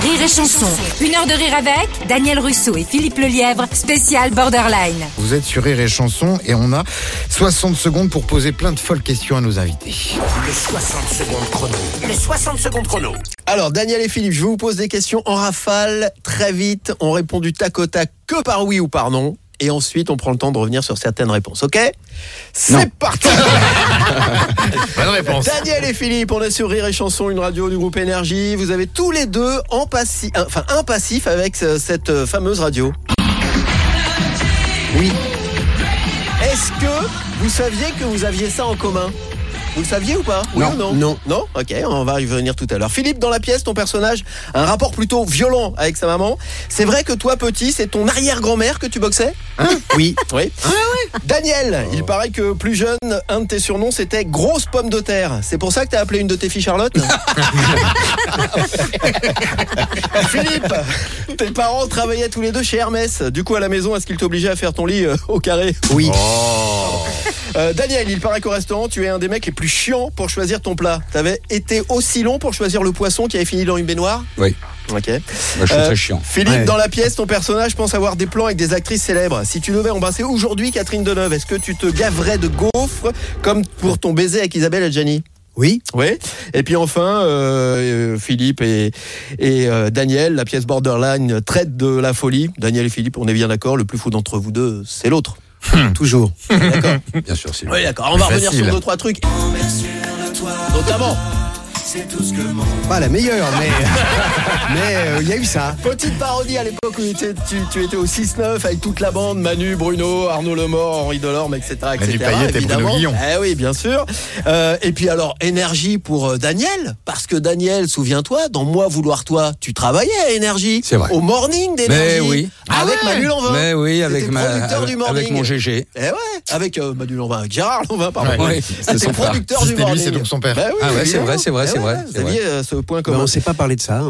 Rire et chanson. Une heure de rire avec Daniel Russo et Philippe Lelièvre, spécial Borderline. Vous êtes sur Rire et Chanson et on a 60 secondes pour poser plein de folles questions à nos invités. Le 60 secondes chrono. Le 60 secondes chrono. Alors, Daniel et Philippe, je vous pose des questions en rafale, très vite. On répond du tac au tac que par oui ou par non. Et ensuite, on prend le temps de revenir sur certaines réponses, ok C'est parti Bonne réponse. Daniel et Philippe, on est sur Rire et Chanson, une radio du groupe Énergie. Vous avez tous les deux en passi- enfin, un passif avec euh, cette euh, fameuse radio. Oui. Est-ce que vous saviez que vous aviez ça en commun Vous le saviez ou pas Oui Non. ou non Non. Non Ok, on va y revenir tout à l'heure. Philippe, dans la pièce, ton personnage a un rapport plutôt violent avec sa maman. C'est vrai que toi, petit, c'est ton arrière-grand-mère que tu boxais Hein Oui. Ah Oui. Daniel, il paraît que plus jeune, un de tes surnoms, c'était Grosse Pomme de Terre. C'est pour ça que t'as appelé une de tes filles Charlotte Philippe, tes parents travaillaient tous les deux chez Hermès. Du coup, à la maison, est-ce qu'ils t'obligeaient à faire ton lit euh, au carré Oui. Euh, Daniel, il paraît qu'au restaurant, tu es un des mecs les plus chiants pour choisir ton plat. T'avais été aussi long pour choisir le poisson qui avait fini dans une baignoire Oui, Ok. moi, je suis Euh, très chiant. Philippe, dans la pièce, ton personnage pense avoir des plans avec des actrices célèbres. Si tu devais embrasser aujourd'hui Catherine Deneuve, est-ce que tu te gaverais de gaufres comme pour ton baiser avec Isabelle Adjani oui. Oui. Et puis enfin, euh, euh, Philippe et, et euh, Daniel, la pièce Borderline traite de la folie. Daniel et Philippe, on est bien d'accord, le plus fou d'entre vous deux, c'est l'autre. Toujours. Bien sûr, Sylvain. Oui, d'accord. On va revenir Facile. sur deux, trois trucs. Notamment. Pas la meilleure, mais mais euh, il y a eu ça. Petite parodie à l'époque où tu, étais- tu- tu étais au 6-9 avec toute la bande, Manu, Bruno, Arnaud Lemort, Henri Delorme, etc. etc. Payet et évidemment. Bruno Guillon. Eh oui, bien sûr. Euh, et puis alors, énergie pour euh, Daniel, parce que Daniel, souviens-toi, dans Moi vouloir toi, tu travaillais à énergie. C'est vrai. Au morning d'énergie. Mais oui. Ah Avec Manu Lanvin. Mais oui, avec, T'étais ma, producteur du avec, morning. avec mon GG. Eh ouais, avec euh, Manu Lanvin, avec Gérard Lanvin, pardon. Ouais, Ah, c'est t'es son frère. producteur Si du c'était lui, morning. c'est donc son père. Bah oui, Ah ouais, c'est évidemment. vrai, c'est vrai, Eh c'est ouais, vrai, Vous c'est aviez euh, ce point Mais commun. Ben, on s'est pas parlé de ça. hein.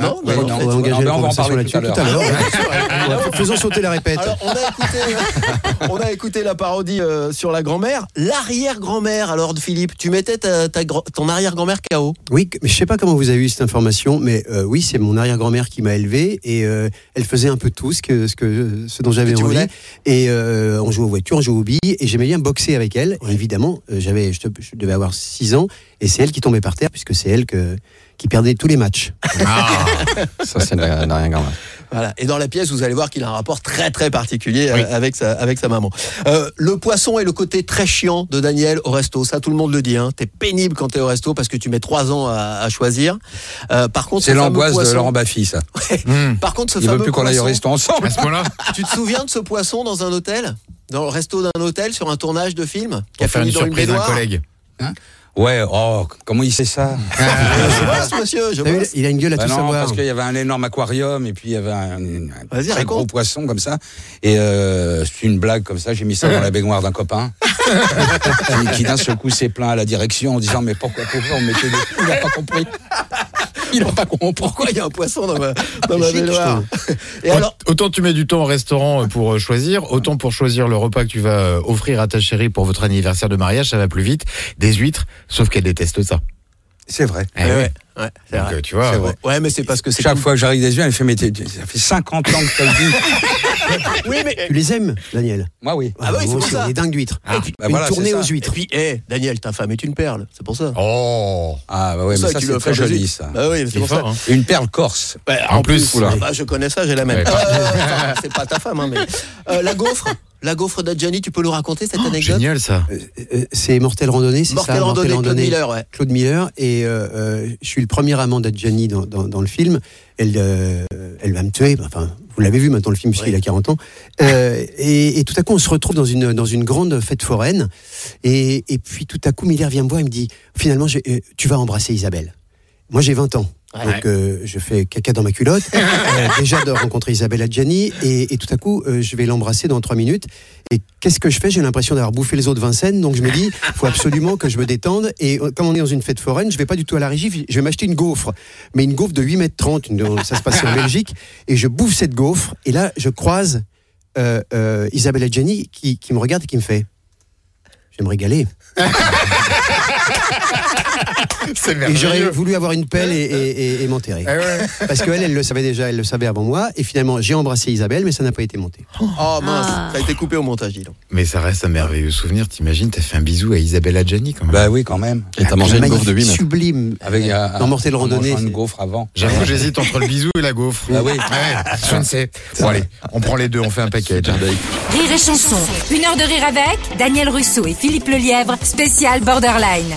Non, mais on non, va mais engager tu vois, Ah, ben, la on va en conversation parler tout là-dessus à tout à l'heure. Ah, bien sûr, évidemment. Ouais, Faisons sauter la répète. Alors, on a écouté, euh, on a écouté la parodie euh, sur la grand-mère. L'arrière-grand-mère, alors, de Philippe, tu mettais ta, ta gr- ton arrière-grand-mère KO. Oui, mais je sais pas comment vous avez eu cette information, mais euh, oui, c'est mon arrière-grand-mère qui m'a élevé et euh, elle faisait un peu tout ce que ce que ce dont j'avais tu envie. voulais. Et euh, on jouait aux voitures, on jouait aux billes et j'aimais bien boxer avec elle. Et évidemment, euh, j'avais je, te- je devais avoir 6 ans et c'est elle qui tombait par terre puisque c'est elle que qui perdait tous les matchs. Ça, c'est la- la rien grave. Voilà. Et dans la pièce, vous allez voir qu'il a un rapport très, très particulier euh, avec, sa, avec sa maman. Euh, le poisson et le côté très chiant de Daniel au resto. Ça, tout le monde le dit. Hein. T'es pénible quand t'es au resto parce que tu mets trois ans à, à choisir. Euh, par contre, C'est ce fameux l'angoisse de poisson- Laurent Baffy, ça. Hmm. Par contre, ce Il veut fameux plus qu'on aille au poisson- resto ensemble. À ce point-là, Tu te souviens de ce poisson dans un hôtel Dans le resto d'un hôtel sur un tournage de film qui pour faire fini une dans surprise à un baignoire collègue. Ouais, oh, comment il sait ça Ah, Je bosse, monsieur, je T'as vu, bosse. Ah il a une gueule à Bah tout non, savoir. parce qu'il y avait un énorme aquarium et puis il y avait un, un Vas-y, très raconte. gros poisson comme ça. Et euh, c'est une blague comme ça, j'ai mis ça dans la baignoire d'un copain qui, qui d'un seul coup s'est plaint à la direction en disant mais pourquoi, pourquoi on mettait des... Il n'a pas compris. Il n'a pas compris. Pourquoi il y a un poisson dans ma, dans ma Chic, je baignoire Et Aut- alors, Autant tu mets du temps au restaurant euh, pour euh, choisir, autant pour choisir le repas que tu vas euh, offrir à ta chérie pour votre anniversaire de mariage, ça va plus vite. Des huîtres, sauf qu'elle déteste ça. C'est vrai. Eh ouais, oui. ouais, ouais, c'est Donc, vrai. euh, tu vois, C'est ouais. vrai. Ouais, mais c'est parce que c'est. Chaque fois que j'arrive des yeux, elle me fait mais t'es- t'es- ça fait 50 ans que t'as le dit. Oui, mais. Tu les aimes, Daniel Moi oui. Ah bah oui, moi c'est pour aussi, ça. on est dingue d'huîtres. Ah, bah une voilà, c'est tournée ça. aux Et huîtres. puis, hé, Daniel, ta femme est une perle, c'est pour ça. Oh Ah bah ouais, C'est pour mais ça que tu c'est lui très offres des joli huîtres. ça. Bah oui, mais c'est Il est pour ça. fort, hein. Une perle corse. Ouais, En plus, oula. ah bah, je connais ça, j'ai la même. Ouais. Euh, enfin, c'est pas ta femme, hein, mais. Euh, la gaufre, la gaufre d'Adjani, tu peux nous raconter cette anecdote Oh, Génial ça. Euh, C'est Mortel Randonnée, c'est Mortel ça randonnée, Claude Miller, ouais. Claude Miller, et euh, euh, je suis le premier amant d'Adjani dans, dans, dans le film. Elle, euh, elle va me tuer, enfin, vous l'avez vu maintenant le film, puisqu'il a 40 ans. Euh, et, et tout à coup, on se retrouve dans une, dans une grande fête foraine. Et, et puis tout à coup, Miller vient me voir et me dit Finalement, je- euh, tu vas embrasser Isabelle. Moi, j'ai 20 ans. Donc, euh, je fais caca dans ma culotte. Euh, déjà de rencontrer Isabelle Adjani. Et, et tout à coup, euh, je vais l'embrasser dans trois minutes. Et qu'est-ce que je fais J'ai l'impression d'avoir bouffé les os de Vincennes. Donc, je me dis, faut absolument que je me détende. Et euh, comme on est dans une fête foraine, je vais pas du tout à la régie. Je vais m'acheter une gaufre. Mais une euh, gaufre de 8 mètres 30. une- Ça se passait en Belgique. Et je bouffe cette gaufre. Et là, je croise euh, euh, Isabelle Adjani qui, qui me regarde et qui me fait Je vais me régaler. C'est Et j'aurais merveilleux. voulu avoir une pelle et, et- et- et m'enterrer. Eh ouais. Parce qu'elle, elle le savait déjà, elle le savait avant moi. Et finalement, j'ai embrassé Isabelle, mais ça n'a pas été monté. Oh mince, Ah. ça a été coupé au montage, dis donc. Mais ça reste un merveilleux souvenir. T'imagines, t'as fait un bisou à Isabelle Adjani quand même. Bah oui, quand même. Et t'as mangé une Magnifique, gaufre de 8 mètres. Sublime. Avec euh, un, dans Mortel en Randonnée. mangeant une c'est- gaufre avant. J'avoue, j'hésite entre le bisou et la gaufre. Bah oui. Ouais, je ne sais. Bon, allez, on prend les deux, on fait un paquet. Rire et chanson. Une heure de rire avec Daniel Russo et Philippe Lelièvre, spécial Borderline.